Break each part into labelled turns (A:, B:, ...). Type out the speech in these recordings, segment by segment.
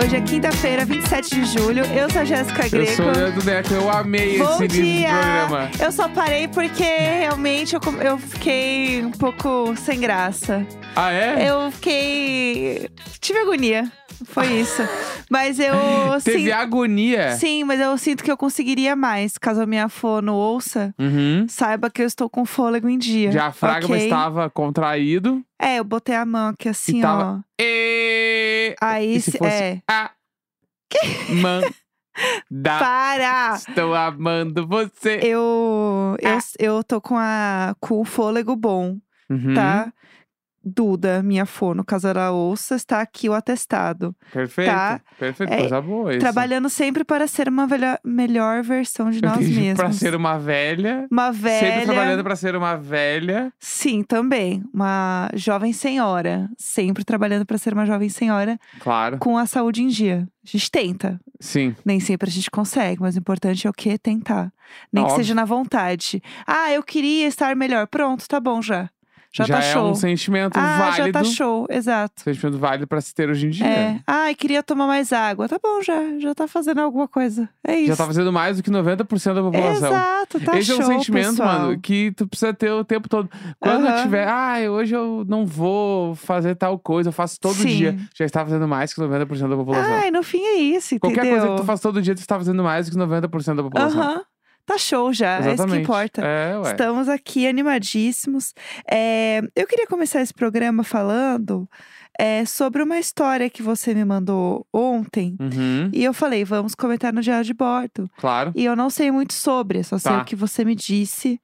A: Hoje é quinta-feira, 27 de julho. Eu sou a Jéssica
B: Eu
A: Greco.
B: sou o Leandro Neto, eu amei
A: Bom
B: esse início
A: dia!
B: do programa.
A: Eu só parei porque realmente eu, com- eu fiquei um pouco sem graça.
B: Ah, é?
A: Eu fiquei. Tive agonia. Foi isso. Mas eu.
B: Teve
A: sin-
B: agonia.
A: Sim, mas eu sinto que eu conseguiria mais. Caso a minha fono ouça,
B: Uhum.
A: saiba que eu estou com fôlego em dia.
B: Diafragma
A: ok?
B: estava contraído.
A: É, eu botei a mão aqui assim,
B: tava-
A: ó.
B: E...
A: Aí
B: E se
A: se-
B: fosse
A: é.
B: a... Man... Da...
A: Para!
B: Estou amando você.
A: Eu,
B: Ah.
A: eu, eu tô com, a, com o fôlego bom,
B: Uhum.
A: tá? Duda, minha fono, caso ela ouça, está aqui o atestado.
B: Perfeito.
A: Tá.
B: Perfeito,
A: É,
B: coisa boa isso.
A: Trabalhando sempre para ser uma velha- melhor versão de
B: Eu
A: nós
B: entendi,
A: mesmos.
B: Pra ser uma velha.
A: Uma
B: Sempre
A: velha.
B: trabalhando pra ser uma velha.
A: Sim, também. Uma jovem senhora. Sempre trabalhando para ser uma jovem senhora
B: Claro.
A: com a saúde em dia. A gente tenta.
B: Sim.
A: Nem sempre a gente consegue, mas o importante é o quê? Tentar. Nem
B: Ah,
A: que
B: óbvio.
A: seja na vontade. Ah, eu queria estar melhor. Pronto, tá bom já. Já, tá
B: é
A: show.
B: um sentimento
A: ah,
B: válido.
A: já tá show, exato.
B: Sentimento válido pra se ter hoje em dia.
A: É. Ai, queria tomar mais água. Tá bom já, já tá fazendo alguma coisa. É isso.
B: Já tá fazendo mais do que 90% da população.
A: Exato, tá
B: Esse
A: show,
B: é um sentimento,
A: pessoal.
B: mano, que tu precisa ter o tempo todo. Quando eu
A: Aham.
B: tiver, ah, hoje eu não vou fazer tal coisa, eu faço todo
A: Sim.
B: dia. Já está fazendo mais que 90% da população.
A: Ai, no fim é isso,
B: Qualquer
A: entendeu?
B: coisa que tu faz todo dia, tu está fazendo mais do que 90% da população.
A: Aham. Tá show já, é isso
B: Exatamente.
A: que importa.
B: É, ué.
A: Estamos aqui animadíssimos. É, eu queria começar esse programa falando é, sobre uma história que você me mandou ontem.
B: Uhum,
A: E eu falei, vamos comentar no Diário de Bordo.
B: claro.
A: E eu não sei muito sobre, só sei
B: Tá.
A: o que você me disse.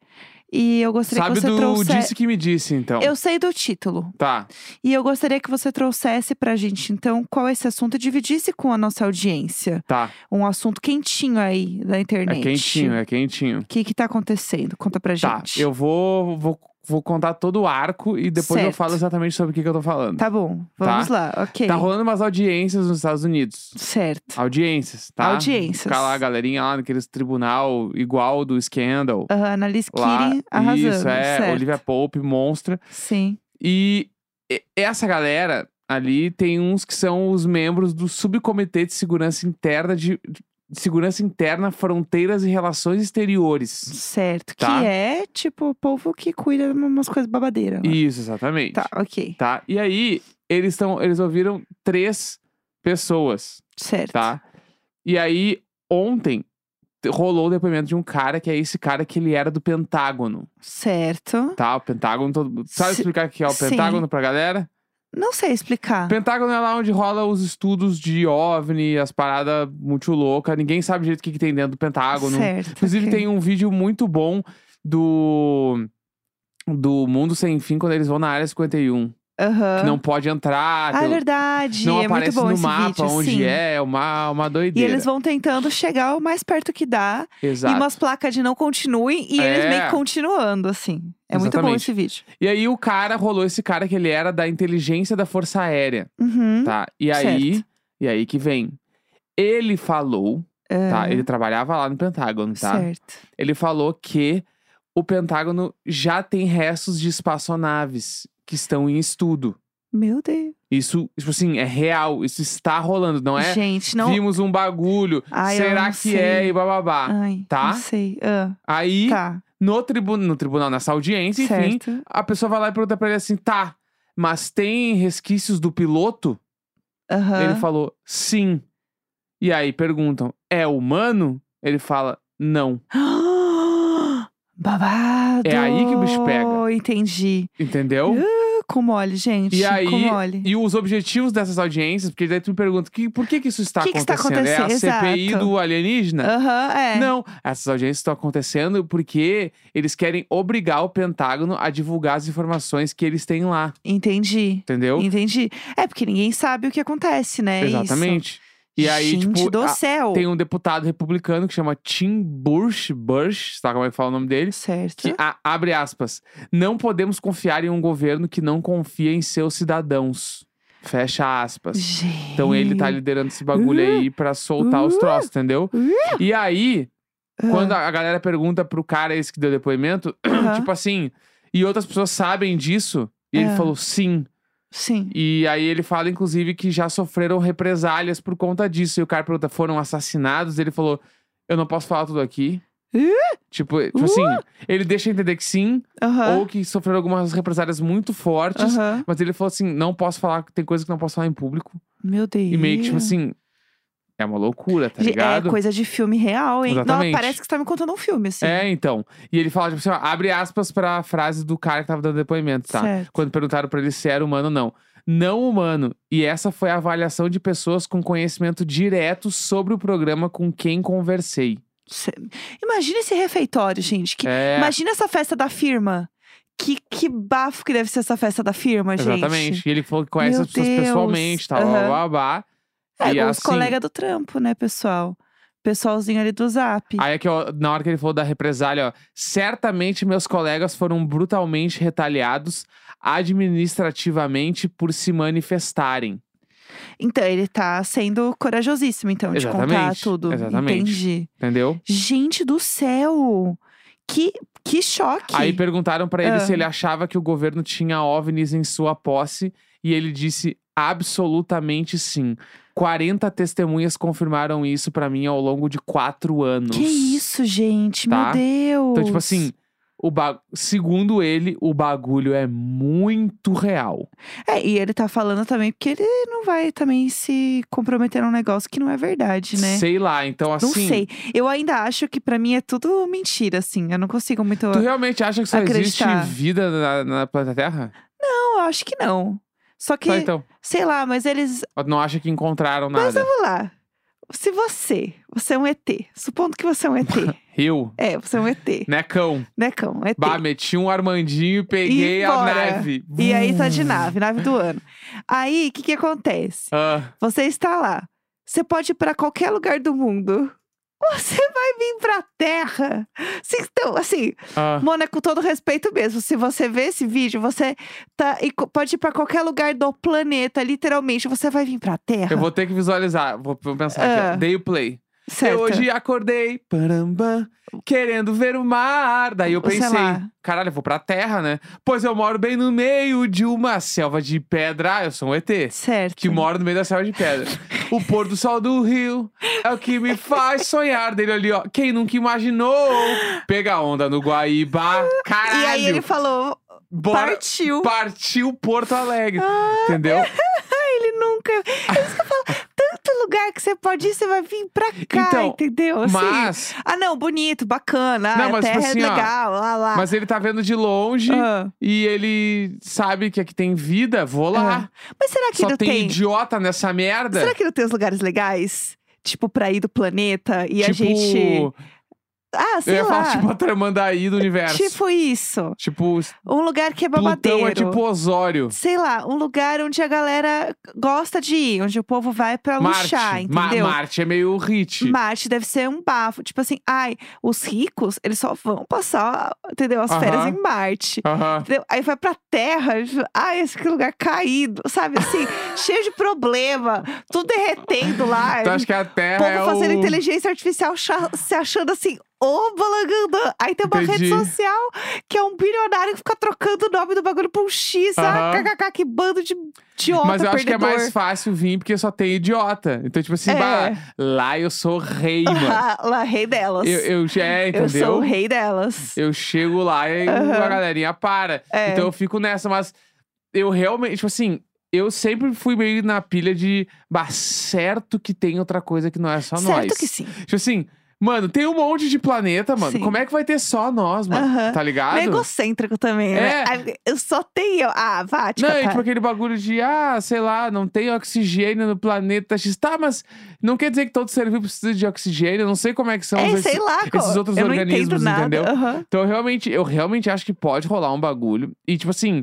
A: E eu gostaria
B: Sabe
A: que você
B: do
A: trouxesse.
B: disse que me disse, então.
A: Eu sei do título.
B: Tá.
A: E eu gostaria que você trouxesse pra gente, então, qual é esse assunto e dividisse com a nossa audiência.
B: Tá,
A: Um assunto quentinho aí da internet.
B: é quentinho, é quentinho.
A: O que que tá acontecendo? Conta pra
B: Tá,
A: gente.
B: eu vou, vou, vou contar todo o arco e depois eu
A: Certo.
B: falo exatamente sobre o que, que eu tô falando.
A: Tá bom, vamos lá, ok.
B: Tá rolando umas audiências nos Estados Unidos.
A: Certo.
B: Audiências, tá?
A: Audiências.
B: Fica lá, a galerinha lá naqueles tribunal igual do Scandal.
A: Aham, Annalise
B: Ah. Lá.
A: Keating arrasando.
B: Isso, é.
A: certo.
B: Olivia Pope, monstra.
A: Sim.
B: E e- essa galera ali tem uns que são os membros do Subcomitê de Segurança Interna de... de Segurança Interna, Fronteiras e Relações Exteriores.
A: Certo.
B: Tá.
A: Que é, tipo, o povo que cuida de umas coisas babadeiras. lá.
B: Isso, exatamente.
A: Tá, ok.
B: Tá? E aí, eles, tão, eles ouviram três pessoas,
A: Certo.
B: tá? E aí, ontem, rolou o depoimento de um cara que é esse cara que ele era do Pentágono.
A: Certo.
B: Tá, o Pentágono. Todo... Sabe
A: Se-
B: explicar o que é o
A: sim. Ah.
B: Pentágono pra galera?
A: Não sei explicar.
B: Pentágono é lá onde rola os estudos de OVNI, as paradas muito loucas. Ninguém sabe direito o que, que tem dentro do Pentágono.
A: Certo.
B: Inclusive,
A: ok.
B: tem um vídeo muito bom do. Do Mundo Sem Fim, quando eles vão na Área 51.
A: Aham.
B: Que não pode entrar.
A: Ah, é
B: que
A: verdade.
B: não
A: é muito
B: aparece
A: bom
B: no
A: esse
B: mapa
A: vídeo,
B: onde
A: sim.
B: é. Uma, uma
A: E
B: doideira.
A: eles vão tentando chegar o mais perto que dá.
B: Exato.
A: E umas placas de não continuem. E
B: É.
A: eles meio que continuando, assim. É muito bom
B: Exatamente.
A: esse vídeo.
B: E aí, o cara rolou esse cara que ele era da inteligência da Força Aérea.
A: Uhum.
B: Tá. E aí,
A: Certo.
B: e aí que vem. Ele falou, tá?
A: Ah,
B: Ele trabalhava lá no Pentágono, tá?
A: Certo.
B: Ele falou que o Pentágono já tem restos de espaçonaves que estão em estudo.
A: Meu Deus.
B: Isso, tipo assim, é real, isso está rolando, não é?
A: Gente, não.
B: Vimos um bagulho,
A: Ai, eu
B: será
A: não
B: que é
A: sei.
B: e bababá.
A: Ai,
B: tá?
A: Não sei. Ah,
B: Aí,
A: tá.
B: no, tribu no tribunal, nessa audiência, enfim,
A: certo.
B: a pessoa vai lá e pergunta pra ele assim: tá, mas tem resquícios do piloto?
A: Aham.
B: Ele falou, sim. E aí perguntam, é humano? Ele fala, não.
A: Babado.
B: É aí que o bicho pega.
A: Entendi.
B: Entendeu?
A: Ah, Com mole, gente.
B: E aí-
A: Com mole.
B: E os objetivos dessas audiências, porque daí tu me pergunta, que, por que, que isso está
A: Que que está
B: acontecendo? É a
A: acontecendo?
B: CPI
A: Exato.
B: do alienígena?
A: Aham, é.
B: né? Não, essas audiências estão acontecendo porque eles querem obrigar o Pentágono a divulgar as informações que eles têm lá,
A: Entendi.
B: entendeu?
A: Entendi. É porque ninguém sabe o que acontece, né? É isso.
B: Exatamente. E aí,
A: Gente
B: tipo,
A: do
B: a-
A: céu.
B: tem um deputado republicano que chama Tim Burch, Burch, sabe como é que fala o nome dele?
A: Certo.
B: que, a- abre aspas, não podemos confiar em um governo que não confia em seus cidadãos. Fecha aspas.
A: Gente.
B: Então ele tá liderando esse bagulho aí pra soltar os
A: Uh.
B: troços, entendeu?
A: Uh.
B: E aí,
A: Ah,
B: quando a a galera pergunta pro cara esse que deu depoimento,
A: aham.
B: tipo assim, e outras pessoas sabem disso, e ele
A: Ah.
B: falou sim.
A: Sim.
B: E aí ele fala, inclusive, que já sofreram represálias por conta disso. E o cara pergunta, foram assassinados? Ele falou, eu não posso falar tudo aqui.
A: Ih! Uh!
B: Tipo, tipo assim, ele deixa entender que sim,
A: Aham.
B: ou que sofreram algumas represálias muito fortes.
A: aham.
B: Mas ele falou assim, não posso falar, tem coisa que não posso falar em público.
A: Meu Deus.
B: E meio que, tipo assim, é uma loucura, tá
A: Ge-
B: ligado?
A: É coisa de filme real, hein? Não,
B: Exatamente.
A: parece que você tá me contando um filme, assim.
B: É, então. E ele fala, tipo assim, ó, abre aspas pra frase do cara que tava dando depoimento, tá?
A: Certo.
B: Quando perguntaram pra ele se era humano ou não. Não humano. E essa foi a avaliação de pessoas com conhecimento direto sobre o programa com quem conversei.
A: Cê- Imagina esse refeitório, gente. que-
B: É,
A: Imagina essa festa da firma. Que, que bafo que deve ser essa festa da firma,
B: exatamente.
A: gente.
B: E ele falou que conhece
A: Meu
B: as pessoas
A: Deus.
B: pessoalmente, tal, blá,
A: Aham.
B: blá, blá.
A: É,
B: E
A: igual os
B: assim-
A: colegas do trampo, né, pessoal? Pessoalzinho ali do zap.
B: Aí é que ó, na hora que ele falou da represália, ó, certamente meus colegas foram brutalmente retaliados administrativamente por se manifestarem.
A: Então, ele tá sendo corajosíssimo, então, de contar
B: Exatamente,
A: tudo.
B: exatamente.
A: Entendi.
B: Entendeu?
A: Gente do céu! Que, que choque!
B: Aí perguntaram pra ele
A: Ah.
B: se ele achava que o governo tinha OVNIs em sua posse e ele disse absolutamente sim. 40 testemunhas confirmaram isso pra mim ao longo de quatro anos.
A: que isso, gente?
B: Tá?
A: Meu Deus!
B: Então, tipo assim, o ba- segundo ele, o bagulho é muito real.
A: É, e ele tá falando também porque ele não vai também se comprometer num negócio que não é verdade, né?
B: Sei lá, então assim.
A: Não sei. Eu ainda acho que pra mim é tudo mentira, assim. Eu não consigo muito.
B: Tu realmente acha que só
A: Acreditar.
B: existe vida na, na planeta Terra?
A: Não, eu acho que não. Só que,
B: Tá, então.
A: sei lá, mas eles.
B: Não acha que encontraram
A: Mas
B: nada?
A: vamos lá. Se você. Você é um ET. Supondo que você é um ET.
B: Rio,
A: é, você é um ET.
B: né, cão?
A: Né, cão? Um ET.
B: Bah, meti um armandinho e peguei a Hum.
A: bora.
B: nave.
A: E aí tá de
B: Vum.
A: nave, nave do ano. Aí, o que que acontece?
B: Ah,
A: Você está lá. Você pode ir pra qualquer lugar do mundo. Você vai vir pra Terra. Se- Então, assim,
B: ah.
A: Mona, com todo respeito mesmo, se você vê esse vídeo, você tá e co- pode ir pra qualquer lugar do planeta, literalmente. Você vai vir pra Terra.
B: Eu vou ter que visualizar, vou vou pensar aqui. ó.
A: Ah.
B: Dei o play.
A: Certo.
B: Eu hoje acordei, paramba, querendo ver o mar. Daí eu
A: Ou sei
B: pensei,
A: lá.
B: caralho, eu vou pra terra, né? Pois eu moro bem no meio de uma selva de pedra. Eu sou um ET.
A: Certo.
B: Que moro no meio da selva de pedra. O pôr do sol do rio é o que me faz sonhar dele ali, ó. Quem nunca imaginou pegar onda no Guaíba? Caralho!
A: E aí ele falou,
B: bora-
A: partiu.
B: partiu Porto Alegre.
A: Ah, é.
B: Entendeu?
A: Ele nunca. É isso que eu falo. Tanto lugar que você pode ir, você vai vir pra cá,
B: Então,
A: entendeu? Assim,
B: Mas,
A: Ah, não, bonito, bacana.
B: Não,
A: ah,
B: mas,
A: a terra
B: tipo assim,
A: é
B: ó,
A: legal, lá, lá.
B: mas ele tá vendo de longe
A: Ah,
B: e ele sabe que aqui tem vida, vou lá.
A: ah. Mas será que
B: Só
A: não
B: tem,
A: tem.
B: idiota nessa merda.
A: Será que não tem os lugares legais? Tipo, pra ir do planeta e
B: tipo,
A: a gente. Ah,
B: eu
A: sei
B: ia
A: lá.
B: falar tipo a Tramandaí do universo.
A: Tipo isso.
B: Tipo,
A: Um lugar que é babadeiro.
B: Plutão é tipo Osório.
A: Sei lá, um lugar onde a galera gosta de ir, onde o povo vai pra
B: Marte.
A: luxar,
B: Ma-
A: é um entendeu?
B: Marte é meio hit.
A: Marte deve ser um bafo. Tipo assim, ai, os ricos, eles só vão passar, entendeu? As férias
B: Aham.
A: em Marte.
B: Aham.
A: Entendeu? Aí vai pra terra, tipo, ai, esse que lugar caído, sabe? Assim, cheio de problema, tudo derretendo lá.
B: Tu acha que a
A: o
B: Terra
A: É, povo
B: é
A: fazendo
B: o...
A: inteligência artificial cha- se achando assim, ô balangandã. Aí tem uma
B: Entendi.
A: rede social que é um bilionário que fica trocando o nome do bagulho pra um X, ah,
B: Aham.
A: kkk, que bando de idiota
B: Mas eu acho que é
A: perdedor.
B: mais fácil vir porque só tem idiota. Então, tipo assim,
A: É.
B: bah, lá eu sou rei, mano.
A: Ah, lá, rei delas.
B: eu, eu, é, entendeu?
A: Eu sou o rei delas.
B: Eu chego lá e
A: Aham.
B: a galerinha para.
A: É.
B: Então eu fico nessa, mas eu realmente, tipo assim, eu sempre fui meio na pilha de, bah, certo que tem outra coisa que não é só
A: certo
B: nós.
A: que sim.
B: Tipo assim, mano, tem um monte de planeta, mano.
A: Sim.
B: Como é que vai ter só nós, mano?
A: Aham.
B: Tá ligado?
A: Meio É egocêntrico também,
B: É.
A: né? Ai, Eu só tenho. eu. Ah, vá, te
B: Não, e
A: catar.
B: tipo aquele bagulho de, ah, sei lá, não tem oxigênio no planeta X. Tá, mas não quer dizer que todo ser vivo precisa de oxigênio. Eu não sei como é que são
A: É,
B: esses,
A: sei lá,
B: esses
A: co-
B: outros
A: eu não
B: organismos,
A: entendo nada.
B: entendeu?
A: Aham.
B: Então, eu realmente, eu realmente acho que pode rolar um bagulho. E, tipo assim,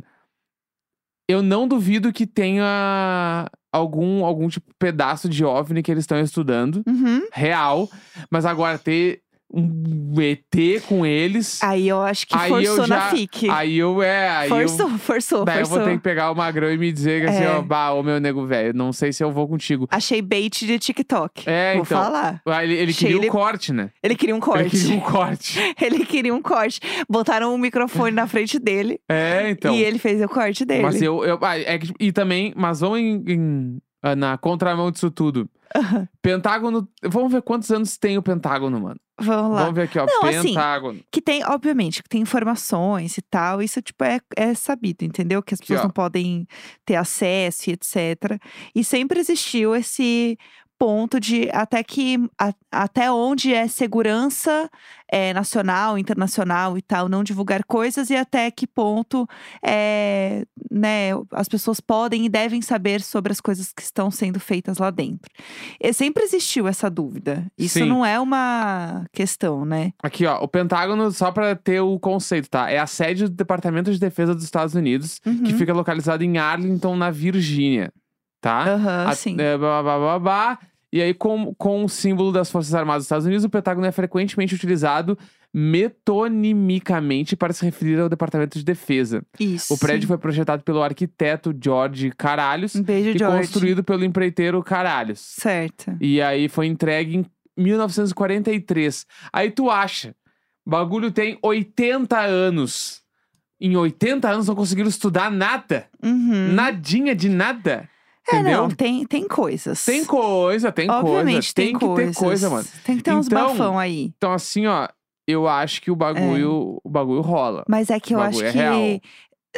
B: eu não duvido que tenha algum, algum tipo pedaço de OVNI que eles estão estudando.
A: Uhum.
B: Real. Mas agora, ter um ET com eles.
A: Aí eu acho que
B: Aí eu
A: forçou na
B: já-
A: fic.
B: Aí eu é. Aí
A: forçou,
B: eu,
A: forçou,
B: daí eu
A: forçou.
B: vou ter que pegar o magrão e me dizer que assim,
A: É.
B: ó, bah, ô meu nego velho, não sei se eu vou contigo.
A: Achei bait de TikTok.
B: É,
A: vou
B: então.
A: falar.
B: Ah, Ele, ele
A: Achei
B: queria
A: ele-
B: o corte, né?
A: Ele queria um
B: Ele
A: corte.
B: queria um corte.
A: Ele queria um corte. Botaram um microfone na frente dele
B: É, então.
A: e ele fez o corte dele.
B: Mas eu. eu ah, é que, e também, mas vamos em, em- ah, na contramão disso tudo.
A: Aham.
B: Pentágono. Vamos ver quantos anos tem o Pentágono, mano.
A: Vamos lá.
B: Vamos ver aqui, ó.
A: Não, assim,
B: Pentágono.
A: Que tem, obviamente, que tem informações e tal. Isso, tipo, é, é sabido, entendeu? Que as pessoas
B: ó.
A: não podem ter acesso e etc. E sempre existiu esse ponto de até que a- até onde é segurança é, nacional, internacional e tal, não divulgar coisas e até que ponto é, né, as pessoas podem e devem saber sobre as coisas que estão sendo feitas lá dentro. E sempre existiu essa dúvida. Isso
B: Sim.
A: não é uma questão, né?
B: Aqui, ó. O Pentágono, só pra ter o conceito, tá? É a sede do Departamento de Defesa dos Estados Unidos, que
A: Uhum.
B: fica localizado em Arlington, na Virgínia. Tá?
A: Aham,
B: A-
A: Ah, sim.
B: é, blá, blá, blá, blá. E aí, com, com o símbolo das Forças Armadas dos Estados Unidos, o Pentágono é frequentemente utilizado metonimicamente para se referir ao Departamento de Defesa.
A: Isso.
B: O prédio foi projetado pelo arquiteto George Caralhos
A: Um beijo,
B: e
A: George.
B: construído pelo empreiteiro Caralhos.
A: Certo.
B: E aí foi entregue em 1943. Aí tu acha, o bagulho tem 80 anos. Em 80 anos não conseguiram estudar nada,
A: Uhum.
B: nadinha de nada.
A: É,
B: entendeu?
A: não, tem, tem coisas.
B: Tem coisa, tem
A: Obviamente,
B: coisa. Tem, que
A: coisas.
B: ter coisa, mano.
A: Tem que ter uns
B: Então-
A: bafão aí.
B: Então, assim, ó, eu acho que o
A: É.
B: bagulho, o bagulho rola.
A: Mas é que eu
B: O
A: acho
B: bagulho é
A: que
B: real.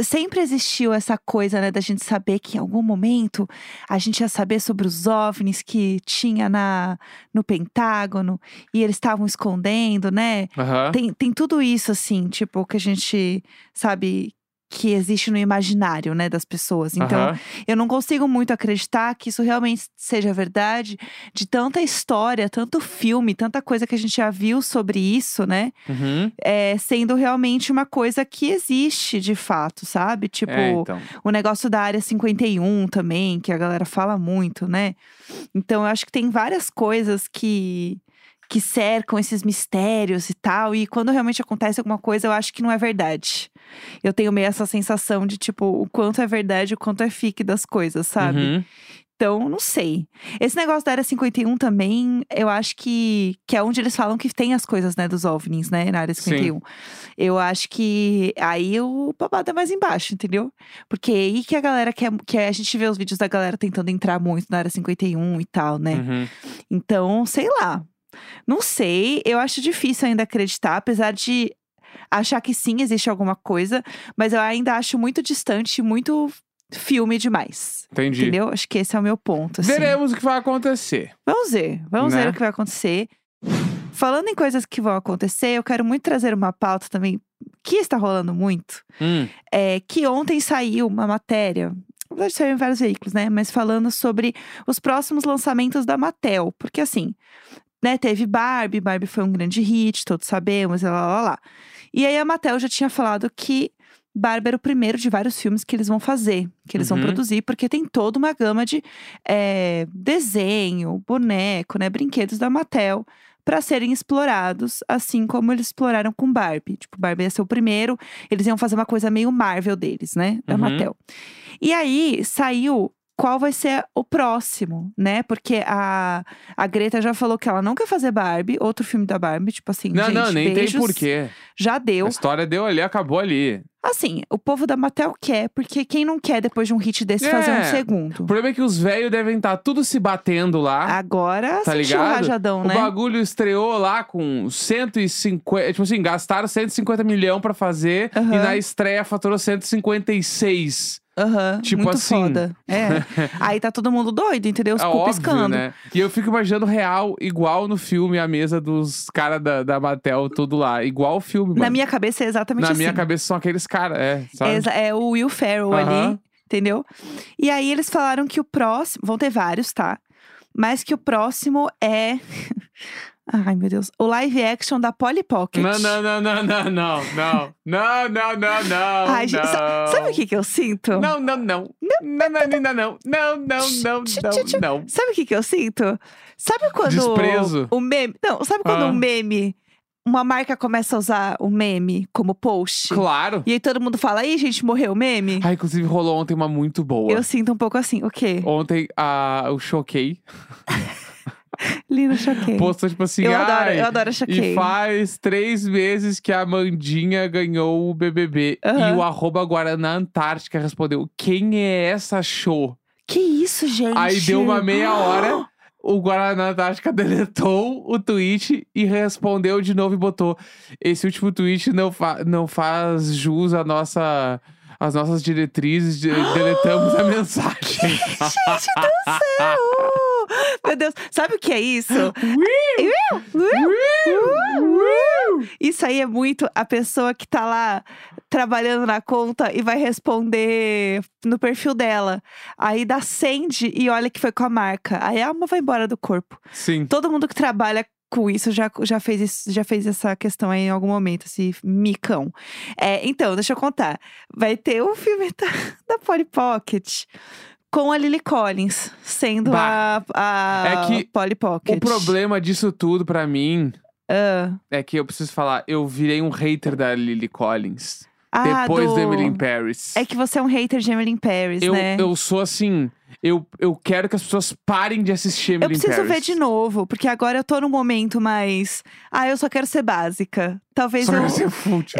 A: sempre existiu essa coisa, né, da gente saber que em algum momento a gente ia saber sobre os OVNIs que tinha na, no Pentágono e eles estavam escondendo, né?
B: Aham.
A: Tem, tem tudo isso, assim, tipo, que a gente sabe que existe no imaginário, né, das pessoas. Então,
B: aham.
A: Eu não consigo muito acreditar que isso realmente seja verdade, de tanta história, tanto filme, tanta coisa que a gente já viu sobre isso, né?
B: Uhum.
A: É, sendo realmente uma coisa que existe de fato, sabe? Tipo,
B: É, então.
A: o negócio da área 51 também, que a galera fala muito, né? Então eu acho que tem várias coisas que. Que cercam esses mistérios e tal. E quando realmente acontece alguma coisa, eu acho que não é verdade. Eu tenho meio essa sensação de, tipo, o quanto é verdade, o quanto é fique das coisas, sabe?
B: Uhum.
A: Então, não sei. Esse negócio da Área 51 também, eu acho que, que é onde eles falam que tem as coisas, né, dos OVNIs, né, na Área 51. Eu acho que aí o babado é mais embaixo, entendeu? Porque é aí que a galera quer, que a gente vê os vídeos da galera tentando entrar muito na Área 51 e tal, né?
B: Uhum.
A: Então, sei lá. Não sei, eu acho difícil ainda acreditar, apesar de achar que sim, existe alguma coisa, mas eu ainda acho muito distante, muito filme demais.
B: Entendi.
A: Entendeu? Acho que esse é o meu ponto. assim.
B: Veremos o que vai acontecer.
A: Vamos ver. Vamos
B: Né?
A: ver o que vai acontecer. Falando em coisas que vão acontecer, eu quero muito trazer uma pauta também que está rolando muito.
B: Hum.
A: É que ontem saiu uma matéria. Na verdade, saiu em vários veículos, né? Mas falando sobre os próximos lançamentos da Mattel. Porque assim, né, teve Barbie, Barbie foi um grande hit, todos sabemos, lá, lá, lá, lá. E aí a Mattel já tinha falado que Barbie era o primeiro de vários filmes que eles vão fazer, que eles
B: Uhum.
A: vão produzir, porque tem toda uma gama de eh, desenho, boneco, né, brinquedos da Mattel para serem explorados, assim como eles exploraram com Barbie. Tipo, Barbie ia ser o primeiro, eles iam fazer uma coisa meio Marvel deles, né, da
B: Uhum.
A: Mattel. E aí saiu qual vai ser o próximo, né? Porque a, a Greta já falou que ela não quer fazer Barbie, outro filme da Barbie, tipo assim,
B: Não,
A: gente,
B: não, nem tem É.
A: beijos,
B: porquê.
A: Já
B: A
A: deu.
B: história deu ali, acabou ali.
A: Assim, o povo da Mattel quer, porque quem não quer depois de um hit desse fazer um
B: É.
A: segundo?
B: O problema é que os velhos devem estar tudo se batendo lá.
A: Agora
B: Tá
A: sentiu o
B: ligado?
A: rajadão,
B: o
A: Ah, né?
B: bagulho estreou lá com 150. Tipo assim, gastaram 150 milhão pra fazer
A: Aham.
B: e na estreia faturou 156.
A: Aham,
B: tipo
A: muito
B: assim.
A: foda. É. Aí tá todo mundo doido, entendeu? Os
B: é
A: cu
B: óbvio,
A: piscando.
B: né? E eu fico imaginando real, igual no filme, a mesa dos caras da, da Mattel, tudo lá. Igual o filme,
A: Na
B: mano.
A: minha cabeça é exatamente
B: Na
A: assim.
B: minha cabeça são aqueles caras, é. Sabe?
A: Exa- É o Will Ferrell ali,
B: Aham.
A: entendeu? E aí eles falaram que o próximo. Vão ter vários, tá? Mas que o próximo é. Ai, meu Deus. O live action da Polly Pocket.
B: Não, não, não, não, não, não, não. Não, não, não, não.
A: Ai, gente, sa-
B: não.
A: sabe o que, que eu sinto?
B: Não, não, não. Não, não, não, não, não. Não, não, não,
A: Tch, tch, tch.
B: não, não.
A: Sabe o que, que eu sinto? Sabe quando.
B: Desprezo.
A: O meme. Não, sabe quando
B: Ah.
A: um meme uma marca começa a usar o meme como post.
B: Claro.
A: E aí todo mundo fala, aí, gente, morreu o meme?
B: Ah, inclusive rolou ontem uma muito boa.
A: Eu sinto um pouco assim, o quê?
B: Ontem ah, eu choquei.
A: Lina Choquei.
B: Postou tipo assim,
A: Eu adoro,
B: "Ai,
A: eu adoro Choquei.
B: E faz três meses que a Mandinha ganhou o BBB. E
A: Aham.
B: o arroba Guaraná Antártica respondeu, quem é essa show?
A: Que isso, gente? Ah,
B: Aí deu uma meia hora. O Guaraná Antártica deletou o tweet e respondeu de novo e botou. Esse último tweet não, fa- não faz jus à nossa, às nossas diretrizes. de- deletamos a mensagem.
A: Gente do céu! Meu Deus, sabe o que é isso? Isso aí é muito a pessoa que tá lá trabalhando na conta e vai responder no perfil dela. Aí dá send e olha que foi com a marca. Aí a alma vai embora do corpo.
B: Sim.
A: Todo mundo que trabalha com isso já, já, fez, isso- já fez essa questão aí em algum momento, esse micão. É, então, deixa eu contar. Vai ter o filme da, da Polly Pocket com a Lily Collins sendo
B: Bah.
A: a, a
B: É que
A: Polly Pocket.
B: O problema disso tudo pra mim
A: Ah,
B: é que eu preciso falar, eu virei um hater da Lily Collins.
A: ah,
B: depois
A: do...
B: do Emily in Paris.
A: É que você é um hater de Emily in Paris,
B: eu,
A: né?
B: eu sou assim, eu, eu quero que as pessoas parem de assistir Emily
A: Eu preciso
B: in Paris.
A: ver de novo, porque agora eu tô num momento mais. Ah, eu só quero ser básica. Talvez
B: Só assim,
A: eu.
B: quero ser fútil.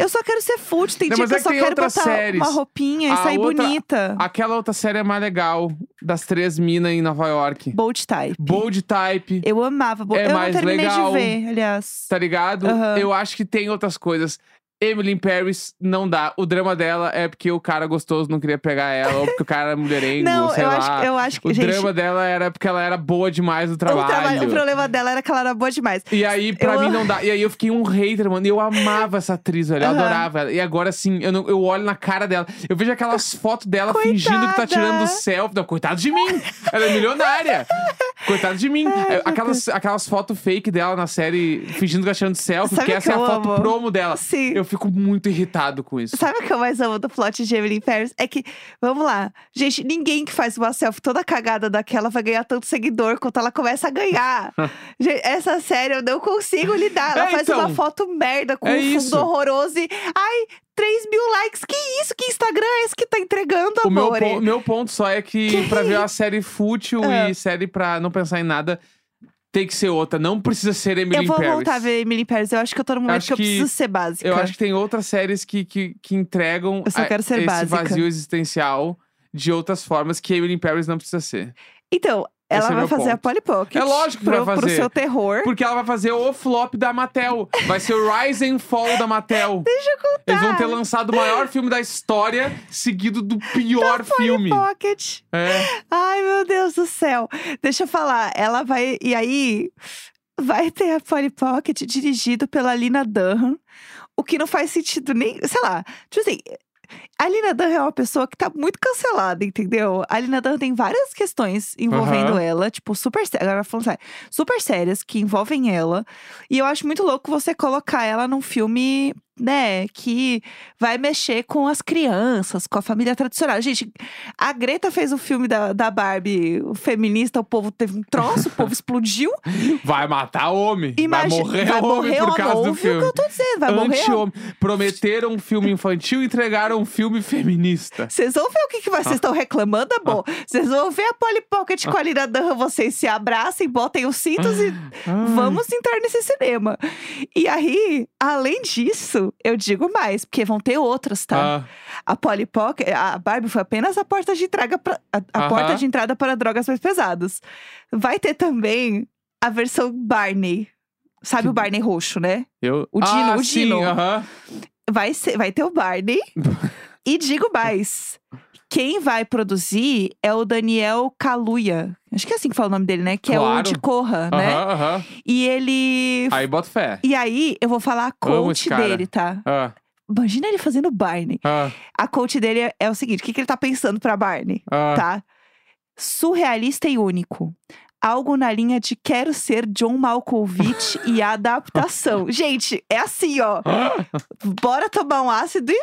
A: Eu só quero ser fútil. Tem
B: Não,
A: dia
B: mas
A: que
B: é
A: eu só
B: que tem
A: quero botar
B: outras séries.
A: uma roupinha e
B: A
A: sair
B: outra-
A: bonita.
B: Aquela outra série é mais legal, das três minas em Nova York.
A: Bold Type.
B: Bold Type,
A: Eu amava Bold
B: É
A: Eu
B: mais
A: não terminei
B: legal.
A: de ver, aliás.
B: tá ligado?
A: Aham.
B: Eu acho que tem outras coisas. Emily in Paris não dá. O drama dela é porque o cara gostoso não queria pegar ela, ou porque o cara é mulherengo,
A: não,
B: sei
A: eu
B: lá.
A: acho, eu acho que.
B: O
A: gente,
B: drama dela era porque ela era boa demais no
A: o
B: trabalho.
A: trabalho- o problema dela era que ela era boa demais.
B: E aí, pra
A: Eu-
B: mim, não dá. E aí eu fiquei um hater, mano. E eu amava essa atriz, velho. Eu
A: Aham.
B: adorava ela. E agora, assim, eu, não- eu olho na cara dela. Eu vejo aquelas fotos dela fingindo que tá
A: Coitada.
B: tirando selfie. Não, coitado de mim. Ela é milionária. coitado de mim. aquelas aquelas fotos fake dela na série, fingindo que tá tirando selfie,
A: Sabe
B: porque
A: que
B: essa é a
A: eu
B: foto
A: amo?
B: promo dela.
A: Sim.
B: Eu fico muito irritado com isso.
A: Sabe o que eu mais amo do plot de Emily in Paris? É que, vamos lá, gente, ninguém que faz uma selfie toda cagada daquela vai ganhar tanto seguidor quanto ela começa a ganhar. Gente, Essa série eu não consigo lidar. Ela
B: É,
A: faz
B: então.
A: uma foto merda com
B: É
A: um fundo
B: isso.
A: horroroso e. Ai, 3 mil likes. Que isso? Que Instagram é esse que tá entregando,
B: O meu,
A: amor?
B: pon- meu ponto só é que pra ver uma série fútil
A: Ah.
B: e série pra não pensar em nada, tem que ser outra. Não precisa ser Emily
A: Eu
B: in
A: vou
B: Paris.
A: voltar a ver Emily in Paris. Eu acho que eu tô no momento
B: Acho
A: que eu
B: que-
A: preciso ser básica.
B: Eu acho que tem outras séries que, que, que entregam
A: Eu só
B: a-
A: quero ser
B: esse
A: básica.
B: vazio existencial de outras formas que Emily in Paris não precisa ser.
A: Então,
B: Esse
A: ela
B: é
A: vai
B: meu
A: fazer a
B: ponto.
A: Polly Pocket.
B: É lógico que
A: pro,
B: vai
A: Pro
B: fazer.
A: seu terror.
B: Porque ela vai fazer o flop da Mattel. Vai ser o Rise and Fall da Mattel. Deixa eu contar. Eles vão ter lançado o maior filme da história, seguido do
A: Tá
B: pior filme.
A: Pocket.
B: É.
A: Ai, meu Deus do céu. Deixa eu falar, ela vai. E aí, vai ter a Polly Pocket dirigido pela Lina Dunham, o que não faz sentido nem. Sei lá. Tipo assim, a Lina Dunham é uma pessoa que tá muito cancelada, entendeu? A Lina Dunham tem várias questões envolvendo
B: Aham.
A: ela, tipo, super sérias. Agora falando sério, super sérias que envolvem ela. E eu acho muito louco você colocar ela num filme, né, que vai mexer com as crianças, com a família tradicional. Gente, a Greta fez o filme da, da Barbie o feminista, o povo teve um troço, o povo explodiu.
B: Vai matar homem.
A: Imagi-
B: vai morrer
A: vai
B: homem
A: morrer
B: por causa do
A: ouve o que
B: filme.
A: eu tô dizendo, vai morrer homem.
B: Anti-homem. Prometeram um filme infantil e entregaram um filme feminista.
A: Vocês vão ver o que, que
B: Ah.
A: vocês estão reclamando, é bom. Vocês vão ver a Polly Pocket com a Lina Dunham, vocês se abracem, botem os cintos e
B: Ah.
A: vamos entrar nesse cinema. E aí, além disso, eu digo mais, porque vão ter outras, tá?
B: Ah.
A: A Polly Pocket, a Barbie foi apenas a porta de entrada pra, a, a
B: Aham.
A: porta de entrada para drogas mais pesadas. Vai ter também a versão Barney. Sabe o Barney roxo, né?
B: Eu...
A: O Dino,
B: ah,
A: o
B: sim,
A: Dino.
B: aham.
A: Vai, ser- vai ter o Barney. e digo mais. Quem vai produzir é o Daniel Kaluuya. Acho que é assim que fala o nome dele, né? Que é o
B: Claro.
A: de Corra, né?
B: Aham, aham.
A: E ele.
B: Aí bota fé.
A: E aí, eu vou falar a
B: Amo
A: coach
B: esse cara.
A: dele, tá?
B: Ah,
A: Imagina ele fazendo Barney.
B: ah,
A: A coach dele é- é o seguinte: o que, que ele tá pensando pra Barney?
B: ah.
A: tá? Surrealista e único. Algo na linha de quero ser John Malkovich e a adaptação. Gente, é assim, ó.
B: Ah,
A: Bora tomar um ácido e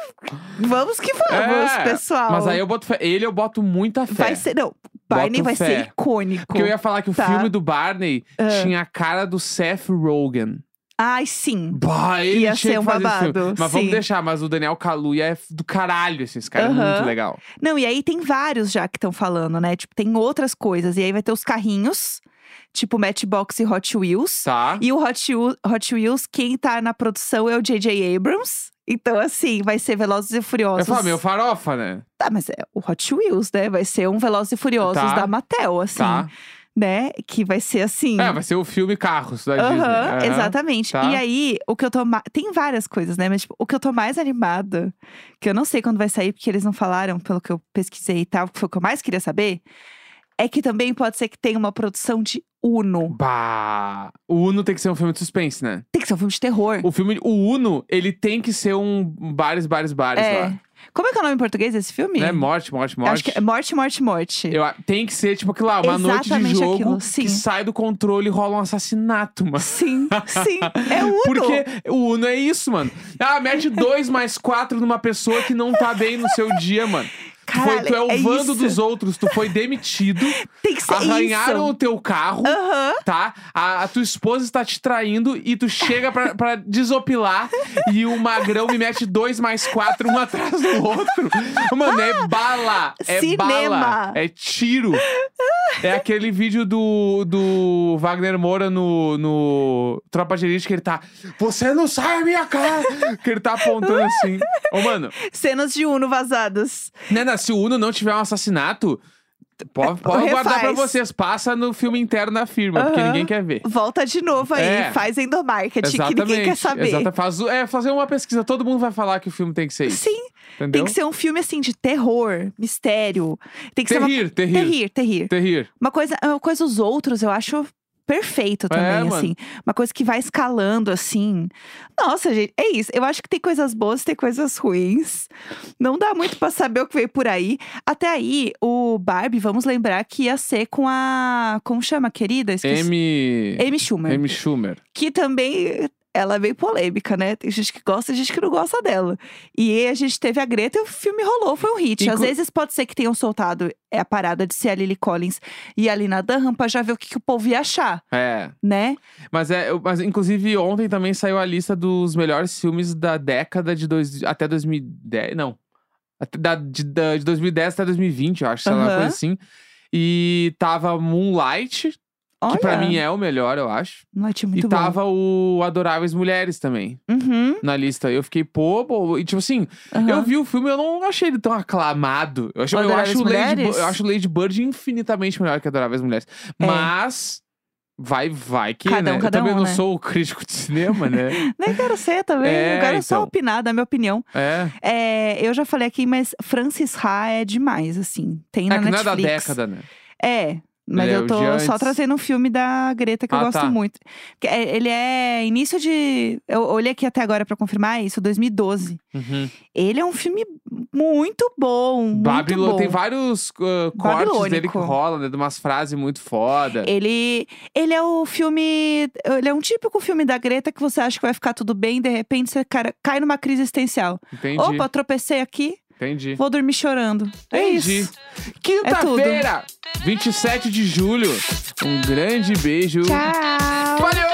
A: vamos que vamos,
B: É,
A: pessoal.
B: Mas aí eu boto fé. Ele eu boto muita fé.
A: vai ser. Não, Barney
B: Boto
A: vai
B: fé.
A: ser icônico.
B: Porque eu ia falar que o
A: Tá.
B: filme do Barney
A: Ah.
B: tinha a cara do Seth Rogen.
A: Ai, sim.
B: Bah, ele
A: Ia
B: tinha
A: ser
B: que
A: um
B: fazer esse filme.
A: babado,
B: Mas vamos
A: sim.
B: deixar, mas o Daniel Kaluuya é f- do caralho, assim, esse cara é
A: Aham.
B: muito legal.
A: Não, e aí tem vários já que estão falando, né? Tipo, tem outras coisas. E aí vai ter os carrinhos, tipo Matchbox e Hot Wheels.
B: Tá?
A: E o Hot, Whe- Hot Wheels, quem tá na produção é o J.J. Abrams. Então, assim, vai ser Velozes e
B: Eu
A: Furiosos.
B: falo, meu farofa, né?
A: Tá, mas é o Hot Wheels, né? Vai ser um Velozes e Furiosos
B: Tá.
A: da Mattel, assim.
B: Tá?
A: Né? Que vai ser assim.
B: É, vai ser o filme Carros da
A: Aham,
B: Disney. Aham.
A: exatamente.
B: tá.
A: E aí, o que eu tô. ma- Tem várias coisas, né? Mas tipo, o que eu tô mais animada, que eu não sei quando vai sair, porque eles não falaram, pelo que eu pesquisei e tal, que foi o que eu mais queria saber, é que também pode ser que tenha uma produção de Uno.
B: Bah! O Uno tem que ser um filme de suspense, né?
A: Tem que ser um filme de terror.
B: O filme, o Uno, ele tem que ser um bares, bares, bares
A: é.
B: lá.
A: Como é que é o nome em português desse filme?
B: Né? Morte, morte, morte.
A: Acho que é Morte, Morte, Morte.
B: Eu, a- tem que ser, tipo, aquilo lá, uma noite de
A: Exatamente
B: jogo
A: aquilo, sim.
B: que sai do controle e rola um assassinato, mano.
A: Sim, sim. É Uno.
B: Porque o Uno é isso, mano. Ah, mete dois mais quatro numa pessoa que não tá bem no seu dia, mano. Tu foi-
A: Caralho,
B: tu é o
A: é
B: vando
A: isso.
B: dos outros, tu foi demitido,
A: Tem que ser
B: arranharam
A: isso.
B: o teu carro,
A: Aham.
B: tá? A, a tua esposa está te traindo e tu chega pra, pra desopilar e o magrão me mete dois mais quatro, um atrás do outro. Mano, é bala! É
A: Cinema.
B: bala! É tiro! É aquele vídeo do, do Wagner Moura no, no Tropa de Elite que ele tá. Você não sai da minha cara! Que ele tá apontando assim. Ô, mano,
A: Cenas de Uno vazadas.
B: né, né, se o Uno não tiver um assassinato, pode, pode guardar pra
A: É, Refaz.
B: vocês. Passa no filme interno da firma, porque
A: Aham.
B: ninguém quer ver.
A: Volta de novo aí,
B: É.
A: faz endomarketing, que ninguém quer saber.
B: exata- Faz, é, fazer uma pesquisa, todo mundo vai falar que o filme tem que ser isso.
A: Sim,
B: entendeu?
A: tem que ser um filme assim de terror, mistério. Tem que ser
B: terrir,
A: uma.
B: terrir,
A: Terrir, terrir.
B: terrir.
A: Uma coisa, é uma coisa os outros, eu acho perfeito
B: É,
A: também,
B: mano.
A: assim. Uma coisa que vai escalando, assim. Nossa, gente, é isso. Eu acho que tem coisas boas, tem coisas ruins. Não dá muito pra saber o que veio por aí. Até aí, o Barbie, vamos lembrar que ia ser com a. Como chama, a querida? Esqueci.
B: M.
A: Amy Schumer.
B: M. Schumer.
A: Que também. Ela é bem polêmica, né? Tem gente que gosta e gente que não gosta dela. E a gente teve a Greta e o filme rolou, foi um hit. Às
B: Inclu-
A: vezes pode ser que tenham soltado é, a parada de ser a Lily Collins e a Lina Dunham pra já ver o que, que o povo ia achar,
B: É.
A: né?
B: Mas é. eu- Mas, inclusive, ontem também saiu a lista dos melhores filmes da década de dois, até 2010. Não. Até da- de, da- de 2010 até 2020, eu acho, sei lá, uma
A: Aham.
B: coisa assim. E tava Moonlight,
A: Olha,
B: que pra mim é o melhor, eu acho.
A: noite muito
B: e tava o Adoráveis Mulheres também
A: bom. Uhum,
B: na lista. Eu fiquei, pô, pô, e tipo assim,
A: aham.
B: Eu vi o filme, eu não achei ele tão aclamado. Eu, acho, eu,
A: Adoráveis
B: acho, Lady,
A: Mulheres?
B: Bu- eu acho Lady Bird infinitamente melhor que Adoráveis Mulheres.
A: É.
B: Mas. Vai, vai que,
A: Cada
B: né?
A: um,
B: eu
A: cada
B: também
A: um,
B: não
A: né?
B: sou o crítico de cinema, né?
A: Nem quero ser também,
B: É,
A: eu quero só
B: então.
A: opinar da minha opinião.
B: é.
A: É, eu já falei aqui, mas Francis Ha é demais, assim. Tem na
B: é que não é
A: Netflix.
B: da década, né?
A: É. Mas
B: Ele é
A: eu
B: o
A: tô
B: Giannis.
A: só trazendo um filme da Greta que eu
B: Ah,
A: gosto
B: tá.
A: muito. Que é- Ele é início de. Eu olhei aqui até agora pra confirmar isso, 2012.
B: Uhum.
A: Ele é um filme muito bom. muito
B: Babylon,
A: bom.
B: tem vários uh, cortes dele que
A: Babilônico.
B: rolam, né? De umas frases muito foda.
A: Ele, ele é o filme. Ele é um típico filme da Greta que você acha que vai ficar tudo bem, de repente você cara- cai numa crise existencial.
B: Entendi,
A: Opa, tropecei aqui,
B: entendi.
A: vou dormir chorando. É
B: Entendi.
A: isso. É
B: Quinta-feira, 27 de julho. Um grande beijo.
A: Tchau!
B: Valeu!